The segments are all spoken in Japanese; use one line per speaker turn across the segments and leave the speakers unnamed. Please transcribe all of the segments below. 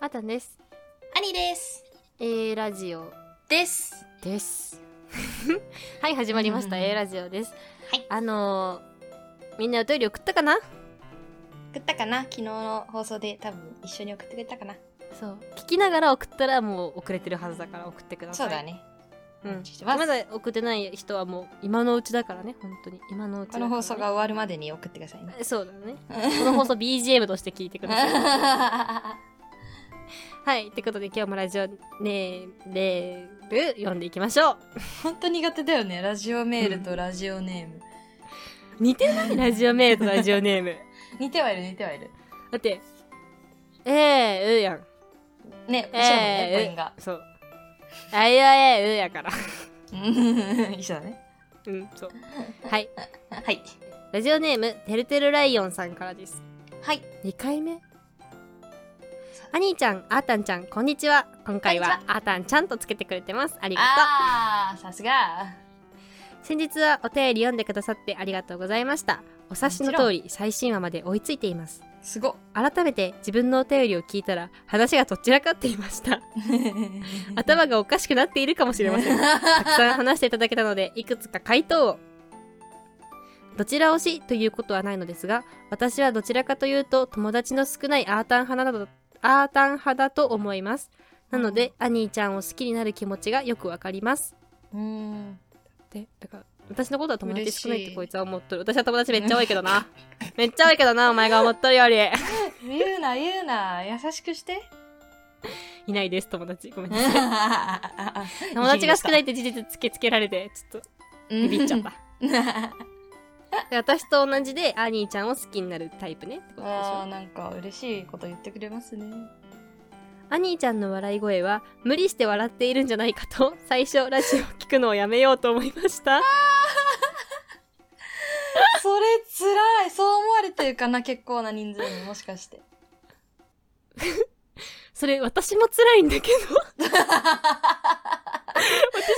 あたんです。
兄です。
A ラジオ
です。
です。 はい、始まりました。
うんうん
A ラジオです。
はい
あのー、みんなおトイレ送ったかな
送ったかな昨日の放送で多分一緒に送ってくれたかな
そう。聞きながら送ったらもう遅れてるはずだから送ってくださ
そ
い。
うだ。ね。
うん。
してま
ますだ送ってない人はもう今のうちだからね、本当に。今のうちだか
こ
らね、
の放送が終わるまでに送ってくださいね。
そうだ ね。この放送 BGM として聞いてください。はい。ってことで今日もラジオネーム、レーブ読んでいきましょう。
本当苦手だよね。ラジオメールとラジオネーム。
似てないラジオメールとラジオネーム。
似てはいる似てはいる。
だって、えー、うーやん。
ね、
え
一緒だね、
ー
コインが。
そう。あいあえーうーや から。
うん 一緒だね。
うん、そう。はい。
はい。
ラジオネーム、てるてるライオンさんからです。
はい。
2回目あにーちゃん、あーたんちゃん、こんにちは。今回
こん
は
に、
あーたんちゃんとつけてくれてます。ありがとう。
ああ、さすが。
先日はお便り読んでくださってありがとうございましたお察しの通り最新話まで追いついています
すごっ。
改めて自分のお便りを聞いたら話がどちらかっていました 頭がおかしくなっているかもしれませんたくさん話していただけたのでいくつか回答をどちら推しということはないのですが私はどちらかというと友達の少ないアータン派などアータン派だと思いますなので、アニーちゃんを好きになる気持ちがよくわかります
うん。
でだから私のことは友達少ないっ
嬉
て
しい
こいつは思っとる私は友達めっちゃ多いけどなめっちゃ多いけどなお前が思っとるより
言うな、言うな。優しくして。
いないです友達ごめんなさい友
友
達が少ないって事実つけつけられてちょっとビ
ビ
ビっちゃっ。たで 私と同じでアニーちゃんを好きになるタイプねってことでし
あー
ょ
なんか嬉しいこと言ってくれますね。
アニーちゃんの笑い声は無理して笑っているんじゃないかと 最初ラジオを聞くのをやめようと思いました
それ辛いそう思われてるかな結構な人数にもしか して。
それ私も辛いんだけど私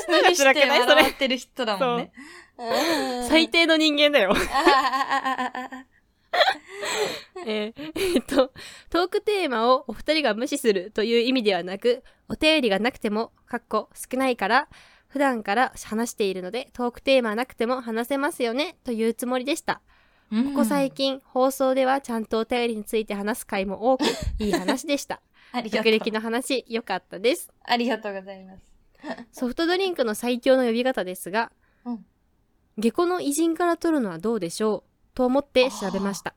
無
の
理
が
して
辛くないそ
笑
れ
ってる人だもんね。うん
最。 低の人間だよ
ああああああ
えーえっと、トークテーマをお二人が無視するという意味ではなく、お便りがなくても、かっこ少ないから、普段から話しているので、トークテーマなくても話せますよね、というつもりでした。ここ最。近、放送ではちゃんとお便りについて話す回も多 く、いい話でした。
ありがと
学
う。
歴の話、良かったです。
ありがとうございます。
ソフトドリンクの最強の呼び方ですが、
うん
下戸の偉人から取るのはどうでしょうと思って調べました。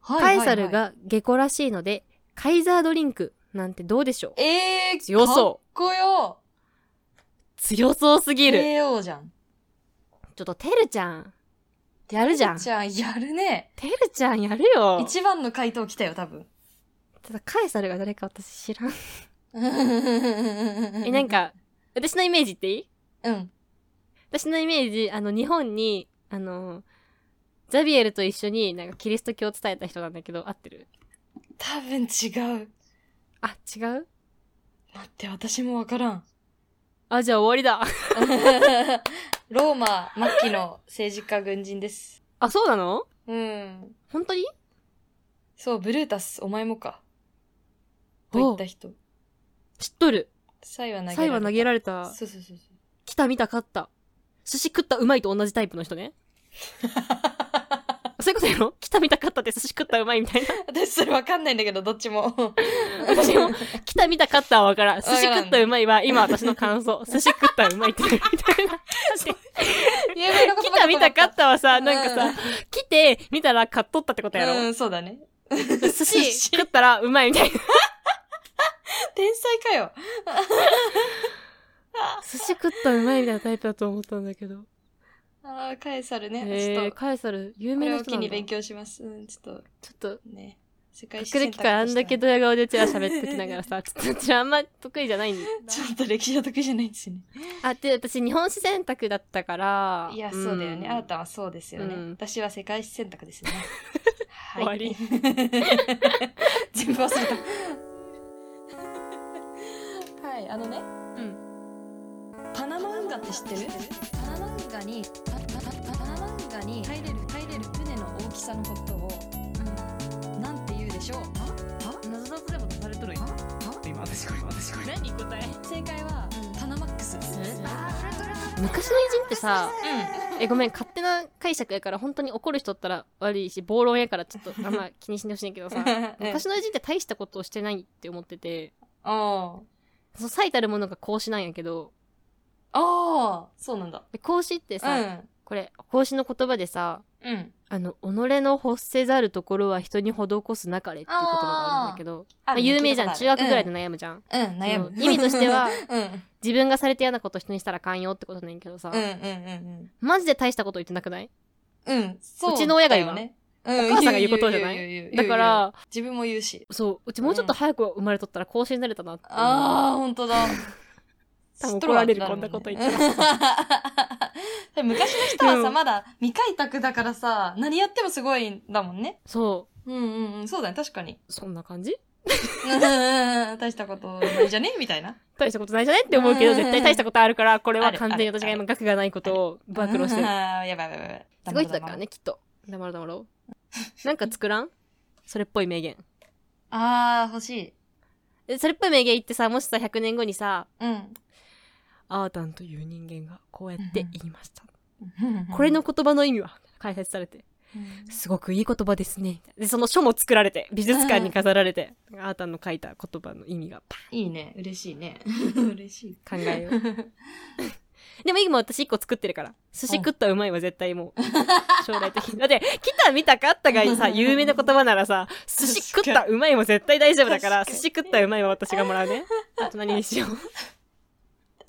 は
カ
い
エ
はいは
サ
い
ル。が下戸らしいので、カイザードリンクなんてどうでしょう
えー、。
強そう
かっこよ。
強そうすぎる。
KO じゃん。
ちょっとてるちゃん。やるじゃん。
じゃあ、やるね。
てるちゃんやるよ。
一番の回答来たよ、多分。
ただカエサルが誰か私知らん。え、
え
なん、か、私のイメージっていい
うん。
私のイメージ、あの、日本に、あの、ザビエルと一緒になんかキリスト教を伝えた人なんだけど、合ってる
多分違う。
あ、違う
待って、私もわからん。
あ、じゃあ終わりだ。
ローマ末期の政治家軍人です。
あ、そうなの
うん。
本当に
そう、ブルータス、お前もか。と言った人。
知っとる。
サイは投げられた。
最後投げられた。
そうそうそう そう。
来た見た勝った寿司食ったうまいと同じタイプの人ねそういうことやろ来た見た勝ったって寿司食ったうまいみた いな
私それわかんないんだけど、どっちも。
私も来た見た勝ったは分からん寿
から
司
ん
食ったうまいは今私の感 想寿司食ったうまいってなるみたいな
有名な言葉
来た見た勝ったはさ
うん
なんかさ来て見たら買っとったってことや
う
ろ
ん、そうだね。
寿司食ったらうまいみたいな
天才かよ。
寿司食ったうまいみたいなタイプだと思ったんだけど
ああ、カエサルね。ちょ
え
っ
ー、
と、こ
カエサル有名
れ
な
を
人
機
なんだ
に勉強します。うん、ちょっと
ちょっと
ね、世界史
学歴からあんだけ
選択
ドヤ顔でうちら喋ってきながら さ、ちょっとうちらあんま得意じゃないんだ。
肢 としてはちょっと歴史は得意じゃないんですよね。
あ、で、私日本史選択だったから。
いや、そうだよ
ん
ね。あなたはそうですよね。
うん
私は世界史選択 ですね。は
終わ り。
全部忘れた。はい、あのね、
うん。
パナマ運河って知ってるパナマ運河に、パパパパナマ運河に入れる、入れる船の大きさのことを、なんて言うでしょう。は
謎々でも出されとる
はは何答え
正解は、パナマックスですね
昔の偉人ってさえごめん勝手な解釈やから本当に怒る人おったら悪いし暴論やからちょっとあんま気にしんでほしいんやけどさ 昔の偉人って大したことをしてないって思ってて
あ
その最たるものが孔子なんやけど
ああーそうなんだ
で孔子ってさ、
うん
これ孔子の言葉でさ
うん
あの己の欲せざるところは人に施すなかれっていう言葉があるんだけど
あ
まあ、有名じゃん中学ぐらいで
の
悩むじゃん、
うんうん悩む
その意味としては
うんうん
自分がされて嫌なこと人にしたらあかんよってことなんやけどさ、
うんうん
マジで大したこと言ってなくない
うんうんそう
うちの親が言う
だよ
わ
ね
お
お
母さんが言うことじゃないだから
自分も言うし
そううちもうちょっと早く生まれとったら更新になれたなって思う
ああ本当だ
多分怒られるこんなこと言っ た
ら昔の人は
で
さ
も
まだ未開拓だからさ何やってもすごいんだもんね
そ
うんうんうんそうだね確かに
うそんな感じ
うんうんうん大したことないじゃねみたいな。
大したことないじゃねって思うけど
うん
絶対大したことあるからこれ
あ
は
る
完全に私が今額がないことを暴露してる
あ ーやばいやばいやばい。
すごい人だからねきっと黙ろう黙ろうなんか作らんそれっぽい名言
黙ろう。あー、欲しい。
えそれっぽい名言言ってさもしさ100年後にさ
うん。
アーダンという人間がこうやって言いました こ
こ
れ
れ
の
の、
言葉の意味は解説されてすごくいい言葉ですねでその書も作られて美術館に飾られてアーダンの書いた言葉の意味がパ
いいね。嬉しいね。 嬉しい。
ン考えようでも今私一個作ってるから。寿司食ったらうまいわ、絶対もう。将来 的に。だって、来た見たかったがさ、有名な言葉ならさ、寿司食ったらうまいも絶対大丈夫だから、
確か
寿
に
司食ったらうまいわ私がもらうね。あと何にしよう。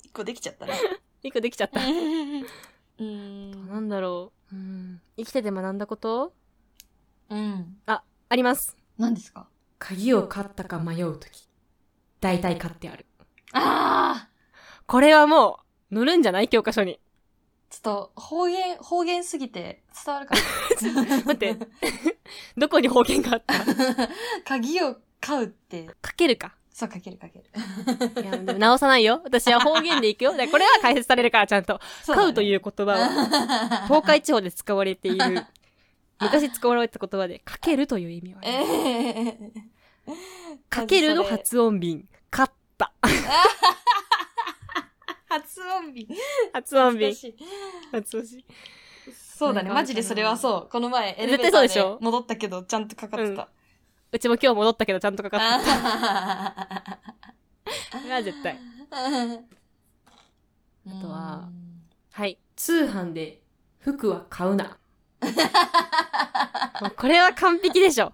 一個できちゃった ね。
一個できちゃった。
うん。
なんだろう。うん。生きてて学んだこと
うん。
あります。
何ですか
鍵を買ったか迷うとき。大体買ってある。
あー
これはもう、乗るんじゃない教科書に。
ちょっと、方言、方言すぎて伝わるかな。
待って。 どこに方言があった
鍵を買うって、
かけるか。
そう、かけるかける。
いや、でも直さないよ。私は方言でいくよ。だからこれは解説されるから、ちゃんと。
そ
買うと
う
いう言葉
だ
は、
ね。
東海地方で使われ ている、昔使われた言葉で、かけるという意味はあります、
えー
かけるの
まずそれ
発音便、かった。
発音日。
発音便
懐か。しい
発音し。
そうだね。
なんかあるかな
マジでそれはそう。この前、エレ
絶
ベ
対
ータ
そう
ー
でしょ
で戻ったけど、ちゃんとかかってた。
うちも今日戻ったけど、ちゃんとかかった。
あ
それは絶対。あとは、はい。通販で、服は買うな。 もうこれは完璧でしょ。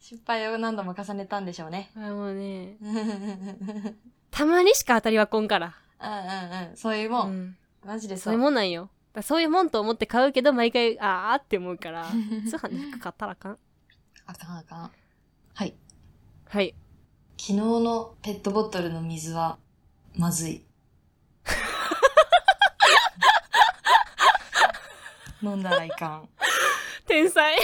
失敗を何度も重ねたんでしょ うね。
あもうね、
うんうんうんうん
たまにしか当たりはこんから。
うんそういうも。
うんん。
マジでそ
そういう
う。
もんなんよ。だからそういうもんと思って買うけど、毎回、あーって思うから。 通販で服買ったらあかん。
あかんあかん。はい。
はい。
昨日のペットボトルの水は、まず い。飲んだらいかん。
天 才。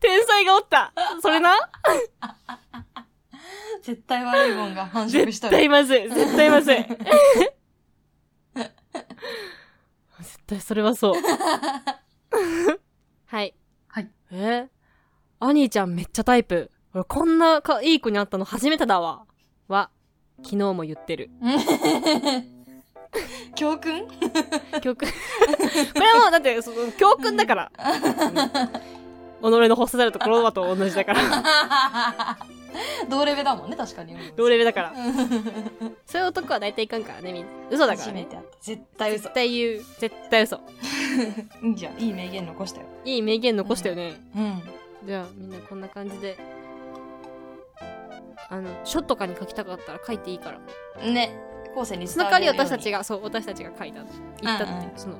天才がおった。それな。
絶対悪いもんが繁殖し
絶
とる。
対まずい。絶対まずい。絶対それは そう。はい。
はい。
えアニーちゃんめっちゃタイプ。俺こんなかいい子に会ったの初めてだわ。は、昨日も言ってる。
教訓
教 訓。これはもうだって、その教訓だから。己の欲せざるところだと同じだ から。
同レベだもんね、確かに。
同レベルだから。そういう男は大体いかんからね、みんな。嘘だから
初め
ね。
て会った絶対嘘
絶。対言う。絶対嘘。
いいじゃん。いい名言残したよ。
いい名言残したよね。
うん。
じゃあみんなこんな感じで。あの書とかに書きたかったら書いていいから
ね。後世に
その代わり私た
が
ちがそう私たちが書いた言ったっていう、
うん
その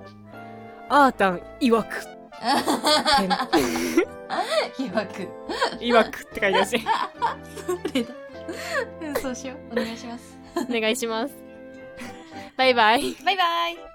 アータン曰く
疑惑。
曰くって書いてほしい
うん、そうしよう。お願いします。
お願いしますバイバイ
バイバイ。